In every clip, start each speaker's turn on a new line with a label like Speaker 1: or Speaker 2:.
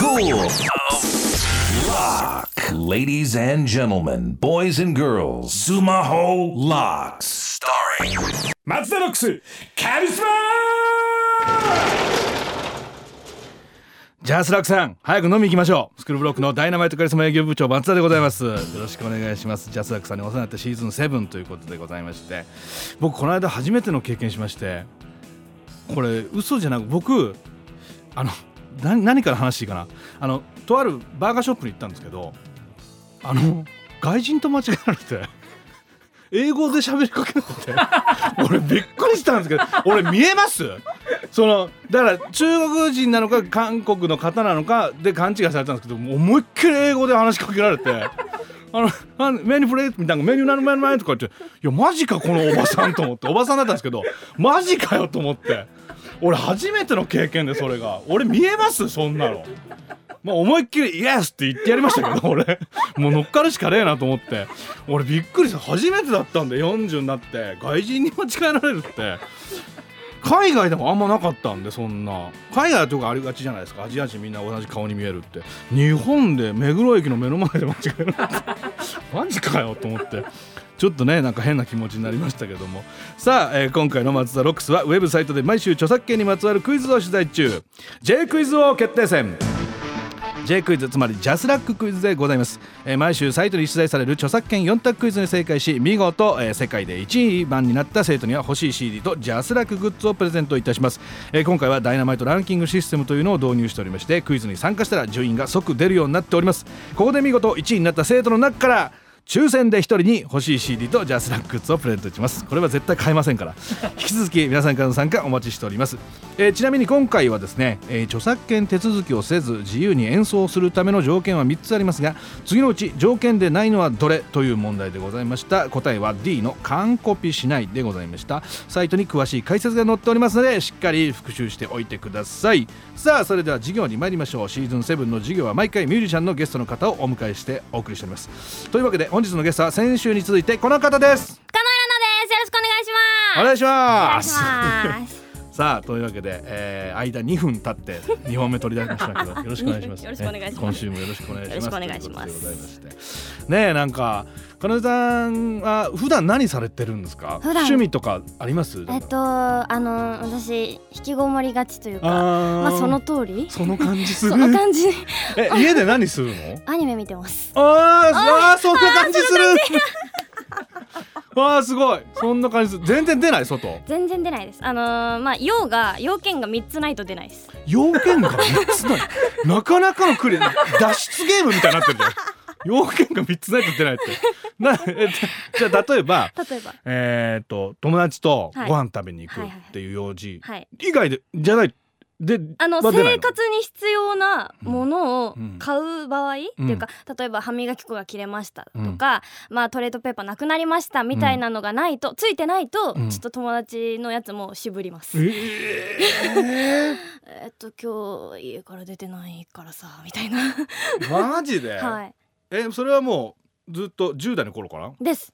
Speaker 1: rule lock. Ladies and gentlemen, boys and girls, Sumaho locks. Starring
Speaker 2: マツダロックスカリスマ
Speaker 3: じゃあスラックさん早く飲み行きましょうスクールブロックのダイナマイトカリスマ営業部長松田でございますよろしくお願いしますじゃあスラックさんにお世話になったシーズン7ということでございまして僕この間初めての経験しましてこれ嘘じゃなく僕あのな何から話していいかなあのとあるバーガーショップに行ったんですけどあの外人と間違えられて英語で喋りかけられて 俺びっくりしたんですけど俺見えますそのだから中国人なのか韓国の方なのかで勘違いされたんですけどもう思いっきり英語で話しかけられて 「あのあのメニュープレイ」みたいな「メニューなる前の前」とか言って「いやマジかこのおばさん」と思っておばさんだったんですけどマジかよと思って俺初めての経験でそれが俺見えますそんなの。まあ、思いっきり「イエス!」って言ってやりましたけど俺もう乗っかるしかねえなと思って俺びっくりした初めてだったんで40になって外人に間違えられるって海外でもあんまなかったんでそんな海外とかありがちじゃないですかアジア人みんな同じ顔に見えるって日本で目黒駅の目の前で間違えられて マジかよと思って。ちょっとねなんか変な気持ちになりましたけどもさあ、えー今回の「松田ロックス」はウェブサイトで毎週著作権にまつわるクイズを取材中 J クイズ王決定戦 J クイズつまりジャスラッククイズでございます、えー毎週サイトに出題される著作権4択クイズに正解し見事、えー世界で1位番になった生徒には欲しい CD とジャスラックグッズをプレゼントいたします、えー今回はダイナマイトランキングシステムというのを導入しておりましてクイズに参加したら順位が即出るようになっておりますここで見事1位になった生徒の中から抽選で1人に欲しい CD とジャスラックグッズをプレゼントしますこれは絶対買えませんから引き続き皆さんからの参加お待ちしております、えーちなみに今回はですね、えー著作権手続きをせず自由に演奏するための条件は3つありますが次のうち条件でないのはどれという問題でございました答えは D の完コピしないでございましたサイトに詳しい解説が載っておりますのでしっかり復習しておいてくださいさあそれでは授業に参りましょうシーズン7の授業は毎回ミュージシャンのゲストの方をお迎えしてお送りしておりますというわけで本日のゲストは先週に続いてこの方です
Speaker 4: カノエラです。よろしくお願いし
Speaker 3: お
Speaker 4: ます。
Speaker 3: 願いします
Speaker 4: お願いします。
Speaker 3: さあというわけで、えー、間2分経って2本目取り出しました けどよろしくお願いします、
Speaker 4: よろしくお願いします
Speaker 3: 今週もよろしくお願いしま
Speaker 4: よ
Speaker 3: す
Speaker 4: ろしくお願いします
Speaker 3: ということでございましてねえなんか金井さんは普段何されてるんですか
Speaker 4: 普段
Speaker 3: 趣味とかあります
Speaker 4: えっとあの私引きこもりがちというか
Speaker 3: あー
Speaker 4: まあその通り
Speaker 3: その感じする
Speaker 4: その感じ
Speaker 3: え家で何す るの
Speaker 4: アニメ見てます
Speaker 3: あーあーそんな感じする わあすごいそんな感じする全然出ない外
Speaker 4: 全然出ないですあのーまあ用が要件が三つないと出ないです
Speaker 3: 要件が3つないなかなかのクリア脱出ゲームみたいになってるじゃん要件が3つないと出ないってなえじゃじゃあ例えば
Speaker 4: 例えば
Speaker 3: えー、と友達とご飯食べに行く
Speaker 4: はい
Speaker 3: っていう用事
Speaker 4: はい
Speaker 3: 以外でじゃないで
Speaker 4: あの
Speaker 3: は出ない
Speaker 4: 生活に必要なものを
Speaker 3: うん
Speaker 4: 買う場合、
Speaker 3: うん
Speaker 4: っていうか例えば歯磨き粉が切れましたとか、まあトイレットペーパーなくなりましたみたいなのがないと、ついてないと、
Speaker 3: うん
Speaker 4: ちょっと友達のやつも渋ります、
Speaker 3: え
Speaker 4: えっと今日家から出てないからさみたいな
Speaker 3: ー、マジで、
Speaker 4: はい
Speaker 3: えそれはもうずっと10代の頃から
Speaker 4: です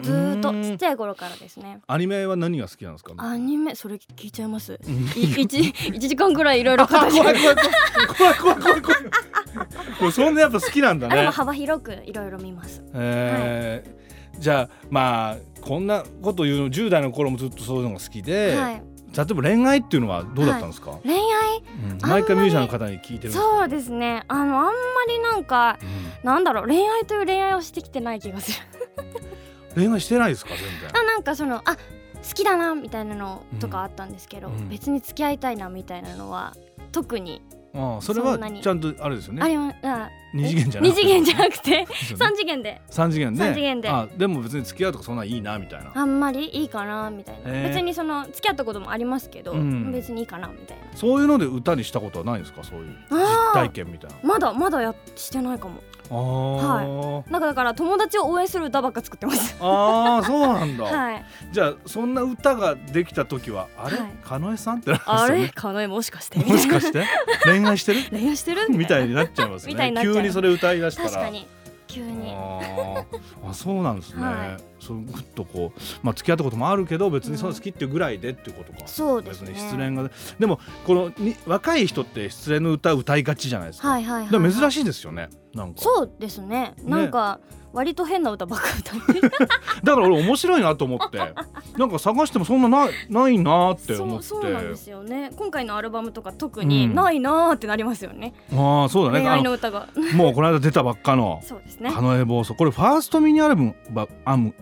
Speaker 4: ずーっ
Speaker 3: う
Speaker 4: と
Speaker 3: ん
Speaker 4: ちっちゃい頃からですね
Speaker 3: アニメは何が好きなんですか
Speaker 4: アニメそれ聞いちゃいます
Speaker 3: うん
Speaker 4: い一一時間ぐらいいろいろ
Speaker 3: あ怖
Speaker 4: 語
Speaker 3: い
Speaker 4: り
Speaker 3: 怖い怖い怖い怖い怖い怖い もうそんなやっぱ好きなんだ
Speaker 4: あで
Speaker 3: ね
Speaker 4: も幅広くいろいろ見ます
Speaker 3: えーじゃあまあこんなこと言うの10代の頃もずっとそういうのが好きで、
Speaker 4: はい
Speaker 3: 例えば恋愛っていうのはどうだったんですか、
Speaker 4: 恋愛
Speaker 3: うん
Speaker 4: あんまり
Speaker 3: 毎回ミュージシャンの方に聞いてるんですけど
Speaker 4: そうですねあのあんまりなんかなんだろう恋愛という恋愛をしてきてない気がする
Speaker 3: うん恋愛してないですか
Speaker 4: あなんかそのあ好きだなみたいなのとかあったんですけど、
Speaker 3: うん
Speaker 4: 別に付き合いたいなみたいなのは特に、
Speaker 3: 全然ああそれ
Speaker 4: そ
Speaker 3: は
Speaker 4: んなに
Speaker 3: ちゃんとあれですよ
Speaker 4: あ
Speaker 3: ね
Speaker 4: れはあ
Speaker 3: 二次元じゃな
Speaker 4: 二
Speaker 3: くて
Speaker 4: 次元じゃなくて
Speaker 3: ですよね
Speaker 4: 三次元で
Speaker 3: 三次元で
Speaker 4: 三次元で
Speaker 3: あでも別に付き合うとかそんなんいいなみたいな
Speaker 4: あんまりいいかなみたいな、
Speaker 3: へー
Speaker 4: 別にその付き合ったこともありますけど、
Speaker 3: うん
Speaker 4: 別にいいかなみたいな
Speaker 3: そういうので歌にしたことはないんですかそういう
Speaker 4: あ
Speaker 3: 実
Speaker 4: ー
Speaker 3: 体験みたいな
Speaker 4: まだまだやっしてないかも
Speaker 3: あー、
Speaker 4: なんかだから友達を応援する歌ばっか作ってます
Speaker 3: あーそうなん だ、
Speaker 4: はい
Speaker 3: じゃあそんな歌ができた時はあれ、
Speaker 4: はい
Speaker 3: カノエさんってなるんですよ
Speaker 4: あ
Speaker 3: ね
Speaker 4: れカノエもしかして
Speaker 3: もしかして恋愛してる
Speaker 4: 恋愛してる
Speaker 3: みたい
Speaker 4: な
Speaker 3: になっちゃいます
Speaker 4: みたい
Speaker 3: ね
Speaker 4: になっちゃう
Speaker 3: 急にそれ歌いだしたら
Speaker 4: 確かに急に
Speaker 3: あーあそうなんですね、
Speaker 4: は
Speaker 3: そうぐっとこう、まあ、付き合ったこともあるけど別にその好きっていうぐらいでっていうことか、
Speaker 4: そうですね
Speaker 3: 別に失恋がでもこのに若い人って失恋の歌歌いがちじゃないですか、
Speaker 4: はいはいはい、
Speaker 3: でも珍
Speaker 4: い
Speaker 3: しいですよねなんか
Speaker 4: そうですねなんか割と変な歌ばっか歌ってる
Speaker 3: だから俺面白いなと 思ってなんか探してもそんなないないな って
Speaker 4: そ
Speaker 3: 思っ
Speaker 4: う
Speaker 3: て
Speaker 4: そうなんですよね今回のアルバムとか特に
Speaker 3: うん
Speaker 4: ないなーってなりますよね、
Speaker 3: ああそうだね
Speaker 4: 恋
Speaker 3: あ
Speaker 4: 愛の
Speaker 3: の
Speaker 4: 歌が
Speaker 3: もうこの間出たばっかの
Speaker 4: そうです
Speaker 3: 「
Speaker 4: ね
Speaker 3: カノエ暴走」これファーストミニアルバム ばアム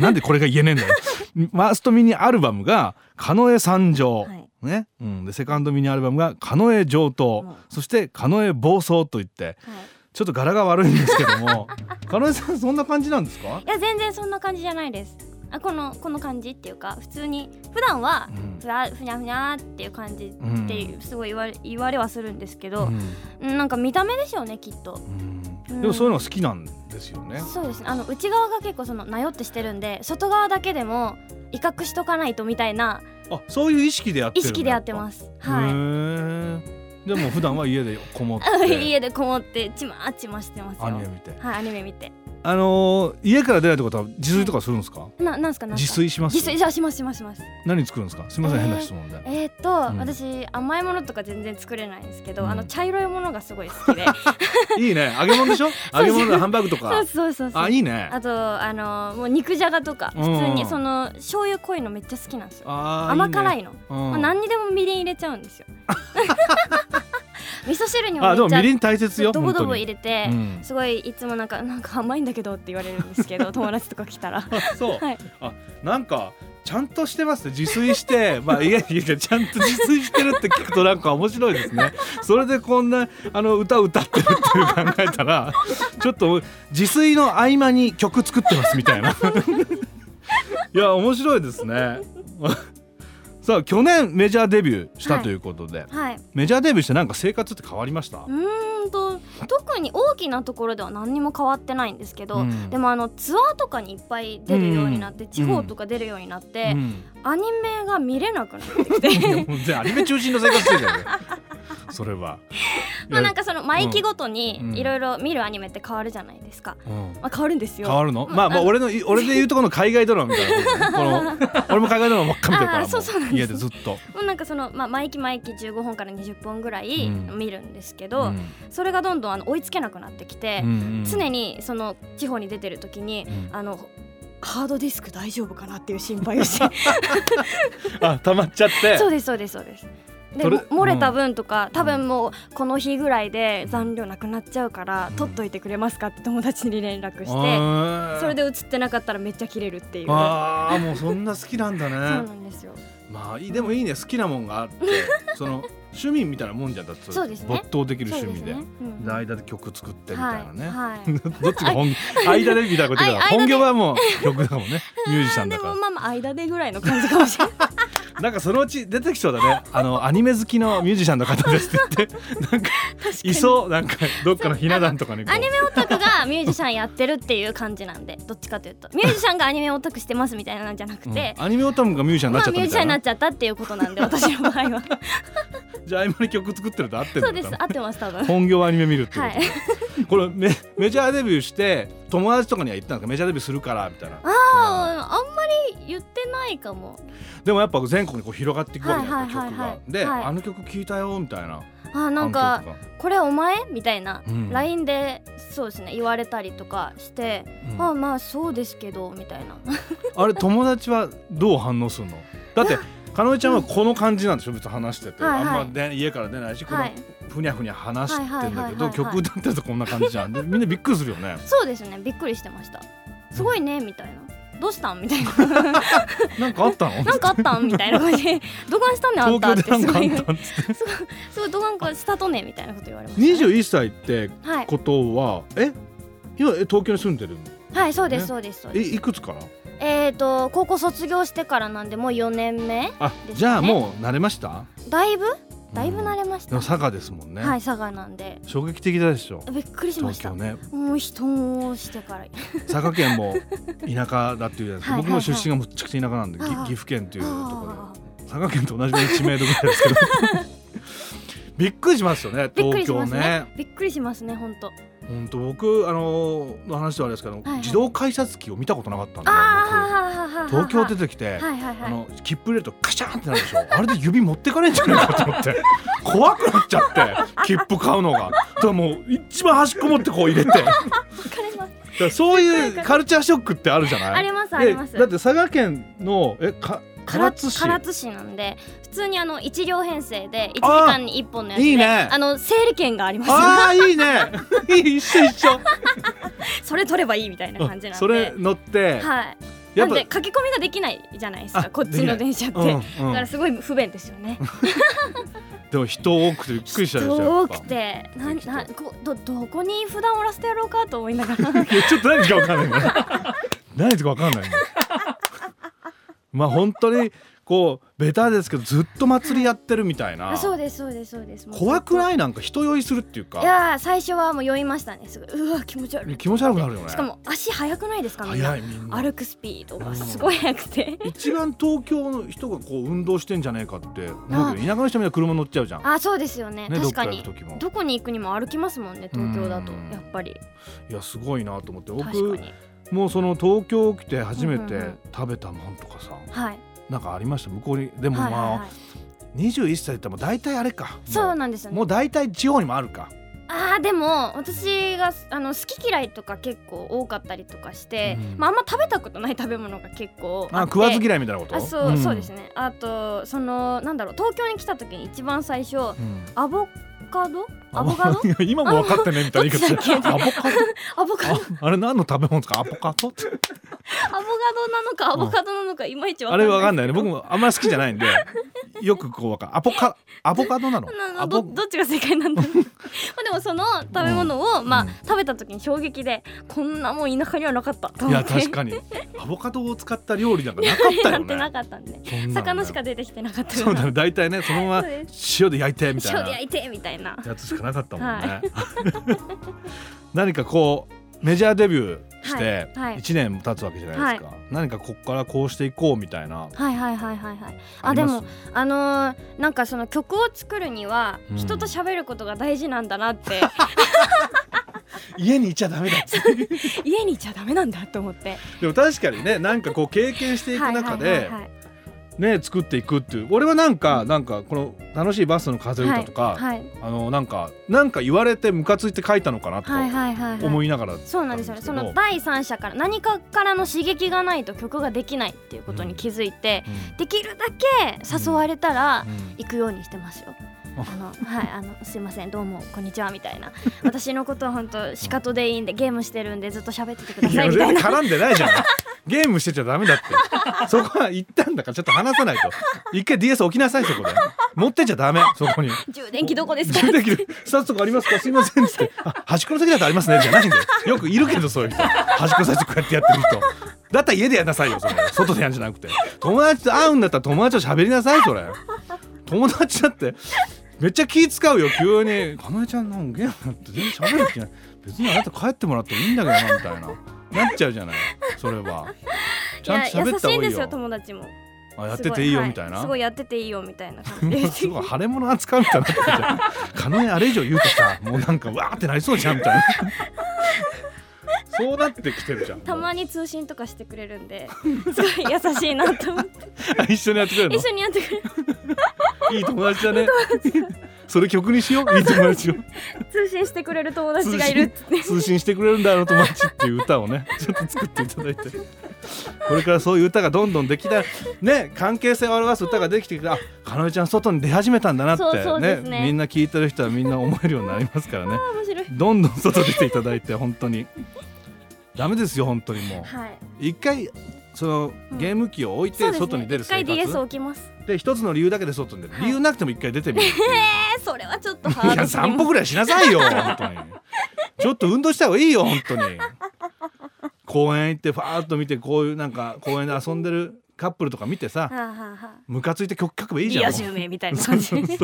Speaker 3: なんでこれが言えねえんだよファーストミニアルバムが「カノエ参上」
Speaker 4: はい
Speaker 3: ねうん、でセカンドミニアルバムが「カノエ上等」
Speaker 4: うん
Speaker 3: そして「カノエ暴走」といって
Speaker 4: はい
Speaker 3: ちょっと柄が悪いんですけ どもカノエさんそんな感じなんですか
Speaker 4: いや全然そんな感じじゃないですあこのこの感じっていうか普通に普段は
Speaker 3: うん
Speaker 4: ふわふにゃふにゃっていう感じってすごい言われ言われはするんですけど、
Speaker 3: うん
Speaker 4: うんなんか見た目でしょうねきっと。
Speaker 3: うんでもそういうのが好きなんですよね。
Speaker 4: そうですねあの内側が結構そのなよってしてるんで外側だけでも威嚇しとかないとみたいな
Speaker 3: あそういう意識でやって
Speaker 4: 意
Speaker 3: る
Speaker 4: 識でやって
Speaker 3: す
Speaker 4: ます
Speaker 3: へ
Speaker 4: は
Speaker 3: ーでも普段は家でこもっ
Speaker 4: い
Speaker 3: て
Speaker 4: 家でこもってちまーちましてますよ
Speaker 3: アニメ見て
Speaker 4: はいアニメ見て
Speaker 3: あのー家から出ないってことは自炊とかするんですか
Speaker 4: ななんすかなん
Speaker 3: 自
Speaker 4: すか
Speaker 3: 炊します
Speaker 4: 自炊じゃあしますしますします
Speaker 3: 何作るんですかすみませ
Speaker 4: え
Speaker 3: ん
Speaker 4: ー
Speaker 3: 変な質問で
Speaker 4: えー、っと、
Speaker 3: うん
Speaker 4: 私甘いものとか全然作れないんですけど、
Speaker 3: うん
Speaker 4: あの茶色いものがすごい好き で
Speaker 3: いいね揚げ物 でしょ揚げ物でハンバーグと
Speaker 4: そ
Speaker 3: か
Speaker 4: うそうそうそう
Speaker 3: あいいね
Speaker 4: あとあのもう肉じゃがとか
Speaker 3: うん
Speaker 4: 普通にその醤油濃いのめっちゃ好きなんですよ
Speaker 3: あ
Speaker 4: 甘辛
Speaker 3: い
Speaker 4: いのも
Speaker 3: も
Speaker 4: う何にでもみりん入れちゃうん ですよ味噌汁にも
Speaker 3: あでもみ
Speaker 4: め
Speaker 3: り
Speaker 4: っ
Speaker 3: ん大切
Speaker 4: ちゃ
Speaker 3: よ
Speaker 4: ドボドボ入
Speaker 3: れ
Speaker 4: れて
Speaker 3: うん
Speaker 4: すごいいつもなんかなんか甘いんだけどって言われるんですけ ど友達とか来たら
Speaker 3: あそう
Speaker 4: はい
Speaker 3: あなんかちゃんとしてますね自炊して まあいやいやちゃんと自炊してるって聞くとなんか面白いですねそれでこんなあの歌歌ってるっていう考えたらちょっと自炊の合間に曲作ってますみたいな いや面白いですね さあ去年メジャーデビューしたということで、
Speaker 4: はい
Speaker 3: メジャーデビューしてなんか生活って変わりました
Speaker 4: うーんと特に大きなところでは何にも変わってないんですけど、
Speaker 3: うん
Speaker 4: でもあのツアーとかにいっぱい出るようになって、
Speaker 3: うん
Speaker 4: 地方とか出るようになって
Speaker 3: う、ん
Speaker 4: アニメが見れなくなってき
Speaker 3: いや
Speaker 4: て
Speaker 3: もう全然アニメ中心の生活してるじゃんそれは。
Speaker 4: まあなんかその毎期ごと
Speaker 3: うん
Speaker 4: にいろいろ見るアニメって変わるじゃないですか、
Speaker 3: うん
Speaker 4: まあ、変わるんですよ
Speaker 3: 変わるの、まあまあ俺の俺で言うとこの海外ドラマみたいな ことねこの俺も海外ドラマばっか見てるか
Speaker 4: あ
Speaker 3: ら
Speaker 4: ーそうそうなん
Speaker 3: も
Speaker 4: で
Speaker 3: う
Speaker 4: す
Speaker 3: 家でずっと、
Speaker 4: もうなんかその、まあ、毎期毎期15本から20本ぐらい
Speaker 3: うん
Speaker 4: 見るんですけ
Speaker 3: う
Speaker 4: ど、
Speaker 3: ん
Speaker 4: それがどんどんあの追いつけなくなってきて、
Speaker 3: うん
Speaker 4: 常にその地方に出てる時に、
Speaker 3: うん
Speaker 4: あのハードディスク大丈夫かなっていう心配をして
Speaker 3: あ溜まっちゃって
Speaker 4: そうですそうですそうです。で
Speaker 3: それ
Speaker 4: も漏れた分とか、多分もうこの日ぐらいで残量なくなっちゃうから、取っといてくれますかって友達に連絡して、
Speaker 3: あー
Speaker 4: それで映ってなかったらめっちゃ切れるっていう。そ
Speaker 3: ああもうそんな好きなんだ
Speaker 4: う な
Speaker 3: ね
Speaker 4: んですよ。
Speaker 3: まあいいでもいいね好きなも んがあってその趣味みたいなもんじゃんだって
Speaker 4: そうですね
Speaker 3: 没頭できる趣味で
Speaker 4: そうすねうん
Speaker 3: で間で曲作ってみたいなね、
Speaker 4: はいはい
Speaker 3: どっちが本間でみたいなことだから
Speaker 4: あい間で
Speaker 3: 本業はもう曲だもんねミュージシャン
Speaker 4: で
Speaker 3: だから
Speaker 4: もまあまあ間でぐらいの感じかもし れない。
Speaker 3: なんかそのうち出てきそうだ ね。あのアニメ好きのミュージシャンの方ですって言って、なんかいそうなんかどっかのひな壇とかにこう
Speaker 4: アニメオタクがミュージシャンやってるっていう感じなんで、どっちかというとミュージシャンがアニメオタクしてますみたいなんじゃなく
Speaker 3: うん
Speaker 4: て、
Speaker 3: アニメオタムがミュージシャンに
Speaker 4: ま
Speaker 3: なっち
Speaker 4: あ
Speaker 3: ゃっ
Speaker 4: ミュー
Speaker 3: た
Speaker 4: ジ
Speaker 3: み
Speaker 4: シ
Speaker 3: た
Speaker 4: ャン
Speaker 3: い
Speaker 4: に
Speaker 3: な。
Speaker 4: なっちゃったっていうことなんで私の場合 は。
Speaker 3: じゃあ合間に曲作ってると合ってるんだ
Speaker 4: そうです合ってます多分。
Speaker 3: 本業はアニメ見るっていう
Speaker 4: はい。
Speaker 3: こと。これメメジャーデビューして友達とかには言ったんですかメジャーデビューするからみたいな。
Speaker 4: ああんまり言ってないかも。
Speaker 3: でもやっぱ全国にこう広がっていくわけだ
Speaker 4: はい
Speaker 3: よ
Speaker 4: はい
Speaker 3: 曲
Speaker 4: はいは
Speaker 3: が
Speaker 4: い。
Speaker 3: で、
Speaker 4: はい
Speaker 3: あの曲聞いたよみたいな。
Speaker 4: あなん
Speaker 3: あ
Speaker 4: か
Speaker 3: の曲
Speaker 4: これお前みたいな、
Speaker 3: うん
Speaker 4: LINE でそうですね言われたりとかして、
Speaker 3: うん
Speaker 4: まあまあそうですけどみたいな。
Speaker 3: があれ友達はどう反応するの？だって。かのえちゃんはこの感じなんでしょ別に話してて、
Speaker 4: はいはい
Speaker 3: あんま、ね、家から出ないしこ の
Speaker 4: はい。
Speaker 3: ふにゃふにゃ話してんだけど
Speaker 4: はいはいはいはいは
Speaker 3: 曲
Speaker 4: い
Speaker 3: 歌ってるとこんな感じじゃんでみんなびっくりするよ ね
Speaker 4: そうですねびっくりしてました。すごいねみたいな。どうしたんみたいな。
Speaker 3: なんかあったの
Speaker 4: なんかあったんみたいな感じ で。どがんしたんねあんたっ
Speaker 3: 東
Speaker 4: てす
Speaker 3: 京でなん
Speaker 4: ごい。
Speaker 3: かあったんですって
Speaker 4: すごいどがんかしたとねみたいなこと言われました、ね。
Speaker 3: 21歳って
Speaker 4: はい
Speaker 3: ことはえ今え東京に住んでるの
Speaker 4: はいそうですそうですそう
Speaker 3: え
Speaker 4: です。
Speaker 3: いくつから
Speaker 4: えっ、と高校卒業してからなんでもう4年目
Speaker 3: あ
Speaker 4: ですね
Speaker 3: じゃあもう慣れました
Speaker 4: だいぶだいぶ慣れまし
Speaker 3: で
Speaker 4: た。
Speaker 3: も佐賀ですもんね、
Speaker 4: はい佐賀なんで
Speaker 3: 衝撃的でしょ
Speaker 4: びっくりしま
Speaker 3: 東
Speaker 4: した
Speaker 3: 京ね
Speaker 4: もう人をしてから
Speaker 3: 佐賀県も田舎だっていうじゃないですか
Speaker 4: はいはいはい
Speaker 3: 僕の出身がむっちゃくちゃ田舎なんでぎ
Speaker 4: あー
Speaker 3: 岐阜県っていうところで
Speaker 4: あ
Speaker 3: 佐賀県と同じ知名度ぐらいですけどびっくりしますよ ね
Speaker 4: ーびっくりし
Speaker 3: 東京
Speaker 4: ますね
Speaker 3: ね
Speaker 4: びっくりしますね本当
Speaker 3: う本当僕あのの話ではあれですけど、
Speaker 4: はい
Speaker 3: 自動改札機を見たことなかったんで
Speaker 4: ああ
Speaker 3: 僕東京出てきて、
Speaker 4: はいはいは
Speaker 3: あ
Speaker 4: い
Speaker 3: の切符入れるとカシャンってなるでしょあれで指持ってかれんじゃないかと思って 怖くなっちゃって切符買うのがだからもう一番端っこ持ってこう入れてだ か
Speaker 4: わかります
Speaker 3: らそういうカルチャーショックってあるじゃない
Speaker 4: ありますあります
Speaker 3: えだって佐賀県のえか
Speaker 4: 唐
Speaker 3: 唐
Speaker 4: 津
Speaker 3: 津市
Speaker 4: 唐津市なんで普通にあの一両編成で一時
Speaker 3: あー
Speaker 4: 間に一本のやつで
Speaker 3: いいね
Speaker 4: あの整理券があります
Speaker 3: ああいいね いい一緒一緒
Speaker 4: それ取ればいいみたいな感じなんで
Speaker 3: それ乗って、
Speaker 4: はいな
Speaker 3: やっ
Speaker 4: ん
Speaker 3: ぱ
Speaker 4: で書き込みができないじゃないです
Speaker 3: あ
Speaker 4: かこっちの
Speaker 3: で
Speaker 4: 電車って、
Speaker 3: うんうん
Speaker 4: だからすごい不便ですよね
Speaker 3: でも人多くてびっくりしたでしょ
Speaker 4: 人
Speaker 3: や
Speaker 4: 多
Speaker 3: っぱ
Speaker 4: くてなんなんこどどこに普段おらせてやろうかと思いながら
Speaker 3: いやちょっと何ですか分かんないね何ですか分かんないねまあ本当にこうベタですけどずっと祭りやってるみたいな
Speaker 4: あそうですそうですそうですもう
Speaker 3: 怖く
Speaker 4: い
Speaker 3: ないなんか人酔いするっていう
Speaker 4: い
Speaker 3: か
Speaker 4: やー最初はもう酔いましたねすごいうわ気持ち悪い
Speaker 3: 気持ち悪くなるよね
Speaker 4: しかも足速くないですかみんな
Speaker 3: 早いみんな
Speaker 4: 歩くスピードがすごい速くて
Speaker 3: 一番東京の人がこう運動してんじゃねえかって思うけど田舎の人みんな車乗っちゃうじゃん、
Speaker 4: あそうですよね
Speaker 3: ね、どっ
Speaker 4: 確か
Speaker 3: か行
Speaker 4: に
Speaker 3: く時も
Speaker 4: どこに行くにも歩きますもんね東京だと
Speaker 3: うん
Speaker 4: やっぱり
Speaker 3: いやすごいなと思って
Speaker 4: 確か
Speaker 3: 僕
Speaker 4: に
Speaker 3: もうその東京来て初め
Speaker 4: うんうんう
Speaker 3: て
Speaker 4: ん
Speaker 3: 食べたもんとかさ
Speaker 4: はい
Speaker 3: なんかありました向こうにでもま
Speaker 4: はい
Speaker 3: あ、
Speaker 4: はいは
Speaker 3: 21歳ってもう大体あれかも
Speaker 4: いそうなんですよね
Speaker 3: もう大体地方にもあるか、
Speaker 4: あーでも私があの好き嫌いとか結構多かったりとかして、
Speaker 3: うん
Speaker 4: まあ、あんま食べたことない食べ物が結構
Speaker 3: あ
Speaker 4: あって
Speaker 3: 食わず嫌いみたいなこと
Speaker 4: あそう,、そうです
Speaker 3: ね、
Speaker 4: ねあとそのなんだろう東京に来た時に一番最初
Speaker 3: うん
Speaker 4: アボカドアボカド
Speaker 3: いや 今も分かってねみたいな言い方して
Speaker 4: どっちだ
Speaker 3: アボカド
Speaker 4: アボカド
Speaker 3: ああれ何の食べ物ですかアボカドって
Speaker 4: アボカドなのかアボカドなのかいまいちわ
Speaker 3: あ
Speaker 4: かんな
Speaker 3: れ
Speaker 4: い
Speaker 3: 分かんないね僕もあんまり好きじゃないんでよくこう分かんアボカアボカドなの
Speaker 4: なな
Speaker 3: ア
Speaker 4: ど
Speaker 3: ボ
Speaker 4: どっちが正解なん だろうまあでもその食べ物を、まあ、食べた時に衝撃でこんなもん田舎にはなかったと
Speaker 3: い
Speaker 4: 思
Speaker 3: や
Speaker 4: って
Speaker 3: 確かにアボカドを使った料理なんかなか ったよ
Speaker 4: やってな
Speaker 3: ね
Speaker 4: かったんで
Speaker 3: そんなのね
Speaker 4: 魚しか出てきてなかった
Speaker 3: そうだね大体ねそのまま
Speaker 4: そうで
Speaker 3: 塩で焼いてみたい
Speaker 4: 塩
Speaker 3: な
Speaker 4: で焼いてみたいな
Speaker 3: やつしかなかったもんね、 何かこうメジャーデビューして
Speaker 4: はいはい
Speaker 3: 1年経つわけじゃないですか、何かここからこうしていこうみたいな
Speaker 4: はいはいはいはいはい
Speaker 3: あ
Speaker 4: あ
Speaker 3: り
Speaker 4: で
Speaker 3: ます
Speaker 4: もあのーなんかその曲を作るには
Speaker 3: うん
Speaker 4: 人と喋ることが大事なんだな って、
Speaker 3: 家にいちゃダメだって
Speaker 4: 家にいちゃダメなんだと思って
Speaker 3: でも確かにねなんかこう経験していく中
Speaker 4: はいは
Speaker 3: で
Speaker 4: いはいはい
Speaker 3: ね作っていくっていう俺はなんかなんかこの「楽しいバスの風歌」とか
Speaker 4: はい
Speaker 3: あのなんかなんか言われてムカついて書いたのかなと
Speaker 4: はい
Speaker 3: か
Speaker 4: はいはいはい
Speaker 3: 思いながら
Speaker 4: そうなんですよねそ
Speaker 3: あるん
Speaker 4: の
Speaker 3: ですけど
Speaker 4: 第三者から何かからの刺激がないと曲ができないっていうことに気づいて、できるだけ誘われたら
Speaker 3: う んうん
Speaker 4: 行くようにしてますよ。あのはいあのすいませんどうもこんにちはみたいな私のことは本当仕方でいいんでゲームしてるんでずっと喋っててくだ
Speaker 3: い
Speaker 4: さい
Speaker 3: や
Speaker 4: みたい
Speaker 3: 全然
Speaker 4: な
Speaker 3: 絡んでないじゃんゲームしてちゃダメだってそこは言ったんだからちょっと話さないと一回 DS 置きなさいそこで持ってっちゃダメそこに
Speaker 4: 充電器どこですか
Speaker 3: 充電器でスタッフとかありますかすいませんっつ ってあ端っこの席だとありますねじゃないんだよよくいるけどそういう人端っこ最初こうやってやってる人だったら家でやんなさいよそれ外でやんじゃなくて友達と会うんだったら友達と喋りなさいそれ友達だってめっちゃ気使うよ急に「かなえちゃんなんかゲームなんて全然喋る気ない別にあなた帰ってもらってもいいんだけどな」みたいななっちゃうじゃないそれはちゃんと
Speaker 4: いや
Speaker 3: 喋
Speaker 4: 優
Speaker 3: った
Speaker 4: しい
Speaker 3: 方
Speaker 4: んで
Speaker 3: がいい
Speaker 4: す
Speaker 3: よ
Speaker 4: よ友達も
Speaker 3: あやってていいよみたい
Speaker 4: す
Speaker 3: な
Speaker 4: ごはすごいやってていいよみたいな感じ
Speaker 3: も
Speaker 4: で
Speaker 3: うす ごい腫れ物扱うみたいになってるじゃん狩野あれ以上言う とさもうなんかわーってなりそうじゃんみたいなそうなってきてるじゃん
Speaker 4: たま
Speaker 3: に
Speaker 4: に通信とかしてくれるんですごい優しいなと 思って
Speaker 3: 一緒にやってくれる
Speaker 4: 一緒にやってくれる
Speaker 3: のいい友達 だねそれ曲にしよういい友達を
Speaker 4: 通信してくれる友達がいるっつって
Speaker 3: 通信通信してくれるんだあの友達っていう歌をね ちょっと作っていただいてこれからそういう歌がどんどんできたね関係性を表す歌ができてきてあかなえちゃん外に出始めたんだなって
Speaker 4: そうそうですね
Speaker 3: みんな聞いてる人はみんな思えるようになりますからね
Speaker 4: あ面白い
Speaker 3: どんどん外出ていただいて本当 にダメですよ本当にも
Speaker 4: はい、
Speaker 3: う一回その
Speaker 4: うん
Speaker 3: ゲーム機を置いて
Speaker 4: そうです
Speaker 3: 外
Speaker 4: ね
Speaker 3: に出る
Speaker 4: 一
Speaker 3: 生
Speaker 4: 回 DS
Speaker 3: 活
Speaker 4: 置きます
Speaker 3: で一つの理由だけで外に出る
Speaker 4: はい
Speaker 3: 理由なくても一回出てみるっていう
Speaker 4: えー、そ れはちょっとハ
Speaker 3: い
Speaker 4: ード
Speaker 3: や
Speaker 4: すぎます
Speaker 3: 散歩ぐらいしなさいよ本当にちょっと運動した方がいいよ本当に公園行ってファーッと見てこういうなんか公園で遊んでるカップルとか見てさ
Speaker 4: はあはあはあ
Speaker 3: ムカついて曲書けばいいじ
Speaker 4: リ
Speaker 3: ゃ
Speaker 4: ア
Speaker 3: ん
Speaker 4: 充名みたいな感じでね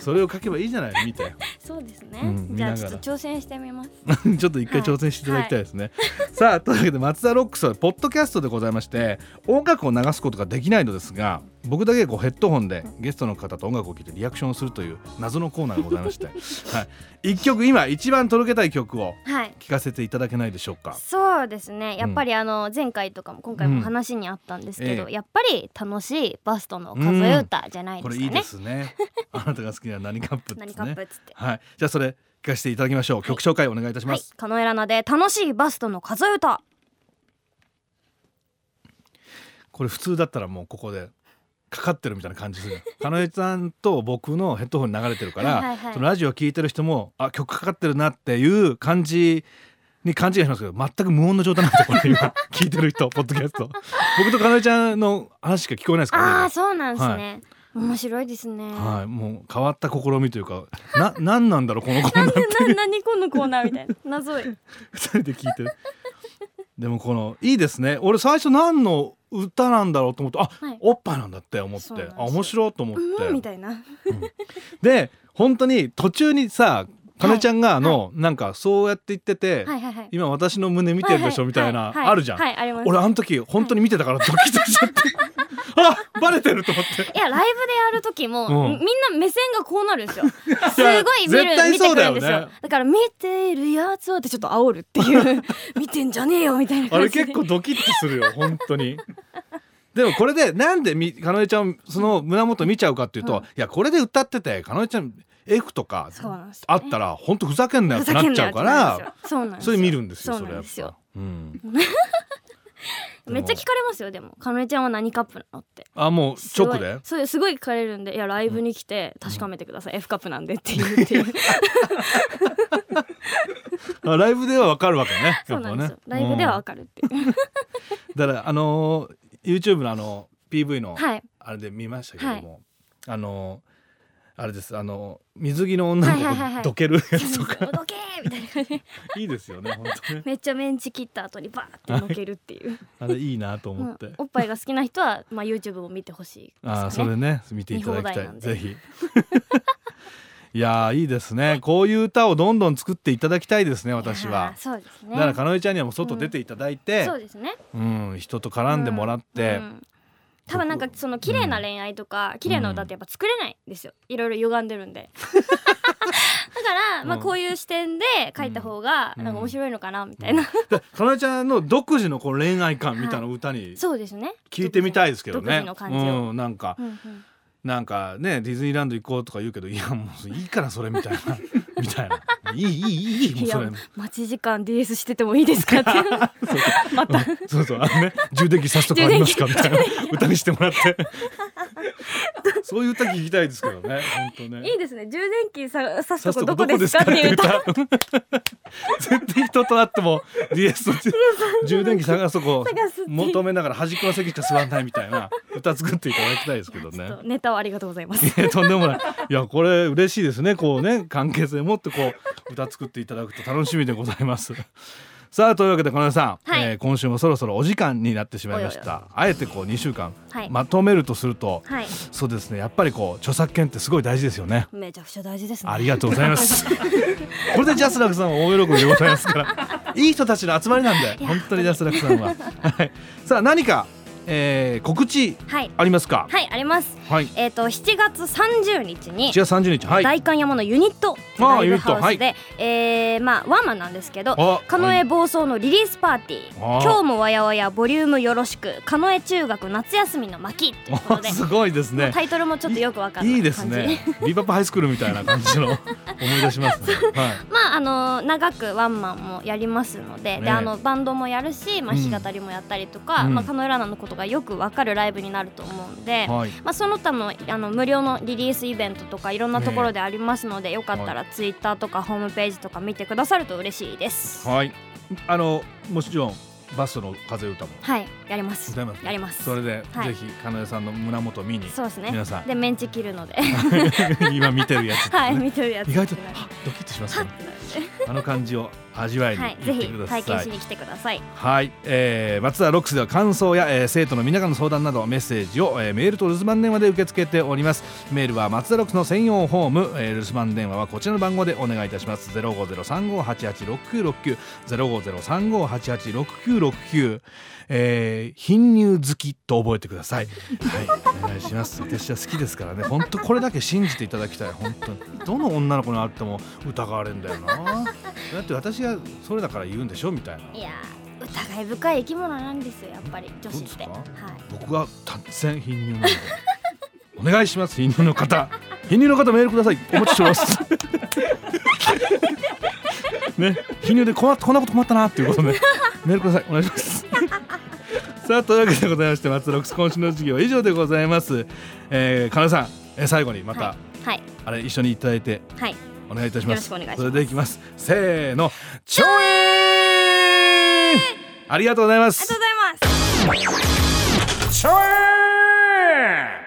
Speaker 3: それを書けばいいじゃない見て
Speaker 4: そうですね、
Speaker 3: うん
Speaker 4: じゃあ
Speaker 3: 見な
Speaker 4: ち
Speaker 3: が
Speaker 4: ょ
Speaker 3: ら
Speaker 4: っと挑戦してみます
Speaker 3: ちょっと一回挑戦していただきたいですね。さあというわけで「松田ロックス」はポッドキャストでございまして音楽を流すことができないのですが僕だけこうヘッドホンでゲストの方と音楽を聴いてリアクションをするという謎のコーナーがございまして はい、一曲今一番届けたい曲を
Speaker 4: はい
Speaker 3: 聴かせていただけないでしょうか
Speaker 4: そうですねやっぱりあの前回とかも今回
Speaker 3: うん
Speaker 4: も話にあったんですけど、
Speaker 3: ええ
Speaker 4: やっぱり楽しいバストの数え歌じゃない
Speaker 3: こ
Speaker 4: で
Speaker 3: れ
Speaker 4: すか
Speaker 3: いいで
Speaker 4: ね。
Speaker 3: すねあなたが好きな何カップで
Speaker 4: 何
Speaker 3: す
Speaker 4: カップ
Speaker 3: ね
Speaker 4: っつって。
Speaker 3: はいじゃあそれ聴かせていただきましょう曲紹介お願いいたし
Speaker 4: は
Speaker 3: ま
Speaker 4: い
Speaker 3: す、、
Speaker 4: カノエラナで楽しいバストの数え歌。
Speaker 3: これ普通だったらもうここでかかってるみたいな感じするカノエさんと僕のヘッドホンに流れてるから
Speaker 4: はいはいはい
Speaker 3: そのラジオ聴いてる人もあ曲かかってるなっていう感じに勘違いしますけど全く無音の状態なんですよこ れ今聞いてる人ポッドキャスト僕とカノエちゃんの話しか聞こえないですから
Speaker 4: ああ
Speaker 3: ね
Speaker 4: ー、そうなんですね。面白いですね。
Speaker 3: 今はいもう変わった試みというか な何なんだろうこのコーナーって
Speaker 4: な何このコーナーみたいな 謎い
Speaker 3: 二人で聞いてるでもこのいいですね俺最初何の歌なんだろうと思ってあ、
Speaker 4: はい
Speaker 3: おっぱいなんだって思っ
Speaker 4: そうなん
Speaker 3: て
Speaker 4: です
Speaker 3: あ
Speaker 4: よ
Speaker 3: 面白いと思って、
Speaker 4: うんみたいな
Speaker 3: で本当に途中にさかねちゃんがあの、なんかそうやって言ってて、
Speaker 4: はいはいはい
Speaker 3: 今私の胸見てるでしょ、みたいな、
Speaker 4: ははは
Speaker 3: あるじゃん、
Speaker 4: はいあります
Speaker 3: 俺あの時本当に見てたからドキドキしちゃって あバレてると思って。
Speaker 4: いやライブでやる時も、
Speaker 3: うん
Speaker 4: みんな目線がこうなる んですよすごい見る
Speaker 3: 絶対
Speaker 4: 見て
Speaker 3: そう
Speaker 4: く
Speaker 3: だ
Speaker 4: るん
Speaker 3: よね
Speaker 4: ですよだから見ているやつはってちょっと煽るって いう見てんじゃねえよみたいな
Speaker 3: あ
Speaker 4: 感
Speaker 3: れ
Speaker 4: じで
Speaker 3: 結構ドキッとするよ本当に。でもこれでなんでみかのえちゃんその胸元見ちゃうかっていうと、
Speaker 4: うん
Speaker 3: いやこれで歌っててかのえちゃん F とか
Speaker 4: そうなんですよね
Speaker 3: あったら本当ふざけんなよってなっちゃ
Speaker 4: ふざ
Speaker 3: うか
Speaker 4: けんなよ
Speaker 3: ら
Speaker 4: ってなるんですよそうなんですよ
Speaker 3: それ見るんですよ
Speaker 4: そ
Speaker 3: そうれ
Speaker 4: なん
Speaker 3: やっ
Speaker 4: ですよ
Speaker 3: ぱ。うん、も
Speaker 4: めっちゃ聞かれますよでも「かのえちゃんは何カップなの?」って
Speaker 3: あもう
Speaker 4: すご
Speaker 3: 直
Speaker 4: い
Speaker 3: で
Speaker 4: そうすごい聞かれるんで「いやライブに来て確かめてください、F カップなんで」って言うっていう
Speaker 3: あライブではわかるわけね
Speaker 4: そうなんですよ、
Speaker 3: やっぱ
Speaker 4: ライ
Speaker 3: ね
Speaker 4: ブでは
Speaker 3: うん
Speaker 4: わかるっていう
Speaker 3: だからあのー YouTube のあの PV の
Speaker 4: はい
Speaker 3: あれで見ましたけども、あのーあれですあのー水着の女の子
Speaker 4: はいはいはいは
Speaker 3: が
Speaker 4: い
Speaker 3: どけるや
Speaker 4: 「
Speaker 3: つと
Speaker 4: ど
Speaker 3: か
Speaker 4: け!」みたいな感じで
Speaker 3: いいですよね本当ね
Speaker 4: めっちゃメンチ切った後にバーってのけるって いう、
Speaker 3: あれいいなと
Speaker 4: う
Speaker 3: 思
Speaker 4: ん
Speaker 3: って、、
Speaker 4: おっぱいが好きな人は、まあ、YouTube を見てほしいですかね
Speaker 3: ああそれね見ていただき
Speaker 4: 見放
Speaker 3: た
Speaker 4: 題ないんで
Speaker 3: ぜひ いやーいいですねこういう歌をどんどん作っていただきたいですね私
Speaker 4: いや
Speaker 3: は
Speaker 4: ー。そうですね
Speaker 3: だからかのえちゃんにはもう外出ていただいて
Speaker 4: そう、ですね
Speaker 3: うん人と絡んでもらって、
Speaker 4: うん多分なんかその綺麗な恋愛とか、綺麗な歌ってやっぱ作れないんですよいろいろ歪んでるん でだから、まあ
Speaker 3: うん
Speaker 4: こういう視点で書いた方がなんか面白いのかなみたい な、
Speaker 3: だからかのえちゃんの独自のこう恋愛感みたいな歌に
Speaker 4: そうですね
Speaker 3: 聞いてみたいですけどね
Speaker 4: 独自の感じを、
Speaker 3: うんなんか
Speaker 4: うんうん
Speaker 3: なんかねディズニーランド行こうとか言うけどいやもういいからそれ みたいなみたいないいいいいいいもう
Speaker 4: い
Speaker 3: そ
Speaker 4: や
Speaker 3: れ
Speaker 4: 待ち時間 DS しててもいいです かってまた
Speaker 3: そうそうあのね充電器さすとこありますかみたい な 歌にしてもらってそういう歌聞きたいですけどね本当ね
Speaker 4: いいですね充電器ささすと
Speaker 3: さす
Speaker 4: ことど
Speaker 3: こど
Speaker 4: こで
Speaker 3: こですす
Speaker 4: か
Speaker 3: か
Speaker 4: っ
Speaker 3: って
Speaker 4: てい
Speaker 3: いう
Speaker 4: う歌
Speaker 3: 歌 絶対人と会っても DS の充電器探すとこ
Speaker 4: 探すっていう
Speaker 3: 求めながら端っこの席しか座らないみたいな歌作っていただきたいですけど ね
Speaker 4: とネタをありがとうございます
Speaker 3: いやとんでもないいやこれ嬉しいですねこうね関係性持ってこう歌作っていただくと楽しみでございます さあというわけで金田さん、
Speaker 4: はい
Speaker 3: えー今週もそろそろお時間になってしまいました
Speaker 4: おいおい
Speaker 3: あえてこう2週間、
Speaker 4: はい
Speaker 3: まとめるとすると、
Speaker 4: はい
Speaker 3: そうですねやっぱりこう著作権ってすごい大事ですよね
Speaker 4: めちゃくちゃ大事ですね
Speaker 3: ありがとうございま すこれでジャスラックさんは大喜びでございますからいい人たちの集まりなんで本当にジャスラックさんは、はい、さあ何か、えー告知
Speaker 4: はい
Speaker 3: ありますか
Speaker 4: はいあります
Speaker 3: はい
Speaker 4: えっ、と7月30日に
Speaker 3: 1月30日はい
Speaker 4: 代官山のユニット
Speaker 3: あ
Speaker 4: ラ
Speaker 3: ー
Speaker 4: イブハウスで、
Speaker 3: ユ
Speaker 4: えーまあワンマンなんですけど
Speaker 3: あ
Speaker 4: 「カノエ暴走」のリリースパーティー「
Speaker 3: あー
Speaker 4: 今日もわやわやボリュームよろしくカノエ中学夏休みの巻」っていうこと
Speaker 3: あ
Speaker 4: で、
Speaker 3: すごいですね。
Speaker 4: タイトルもちょっとよくわかんない
Speaker 3: い
Speaker 4: 感じ
Speaker 3: いですね。ビバップハイスクールみたいな感じの思い出します ね。はい。
Speaker 4: まああの長くワンマンもやりますので,、
Speaker 3: ね
Speaker 4: であのバンドもやるし、まあ、
Speaker 3: うん
Speaker 4: 弾き語りもやったりとか、
Speaker 3: うん
Speaker 4: まあ、カノエラナのことがよくわかるライブになると思うんで、
Speaker 3: はい
Speaker 4: まあ、その他もあの無料のリリースイベントとかいろんなところでありますので、よかったらツイッターとかホームページとか見てくださると嬉しいです。
Speaker 3: はい。あのもちろんバストの風歌も
Speaker 4: はいやります
Speaker 3: 歌います。
Speaker 4: やります
Speaker 3: それで、
Speaker 4: はい
Speaker 3: ぜひかなえさんの胸元を見に
Speaker 4: そうですね
Speaker 3: 皆さん
Speaker 4: でメンチ切るので
Speaker 3: 今見てるやつ、
Speaker 4: はい見てるやつ
Speaker 3: 意外と
Speaker 4: ってなる
Speaker 3: あドキッとします
Speaker 4: はっ
Speaker 3: ね。
Speaker 4: てなるんで
Speaker 3: あの感じを味わいに
Speaker 4: はい、
Speaker 3: 行
Speaker 4: ぜ
Speaker 3: って
Speaker 4: ひ
Speaker 3: ください。
Speaker 4: 体験しに来てください。
Speaker 3: はい、えー、松田ロックスでは感想や、えー生徒の皆からの相談などメッセージを、えーメールと留守番電話で受け付けておりますメールは松田ロックスの専用ホーム、えー留守番電話はこちらの番号でお願いいたします0503588696905035886969、050358869699えー、貧乳好きと覚えてくださいはいお願いします私は好きですからね本当これだけ信じていただきたい本当にどの女の子に会っても疑われるんだよなだって私がそれだから言うんでしょみたいない
Speaker 4: やー、疑い深い生き物なんですよ、やっぱり女子
Speaker 3: そうで
Speaker 4: っ
Speaker 3: す
Speaker 4: て。
Speaker 3: か
Speaker 4: はい。
Speaker 3: 僕は単線貧乳なのでお願いします貧乳 の方貧乳の方メールくださいお待ちしております ね貧乳でこんなこんなこと困ったなっていうことでメールくださいお願いします さあというわけでございまして松ロックス今週の授業は以上でございます、えー、かなさん、えー最後にまた、
Speaker 4: はい。
Speaker 3: あれ一緒にいただいて
Speaker 4: はい。
Speaker 3: お願いいたします
Speaker 4: よろしくお願いします
Speaker 3: それでいきますせーのちょえーありがとうございます
Speaker 4: ありがとうございます。
Speaker 2: ちょえー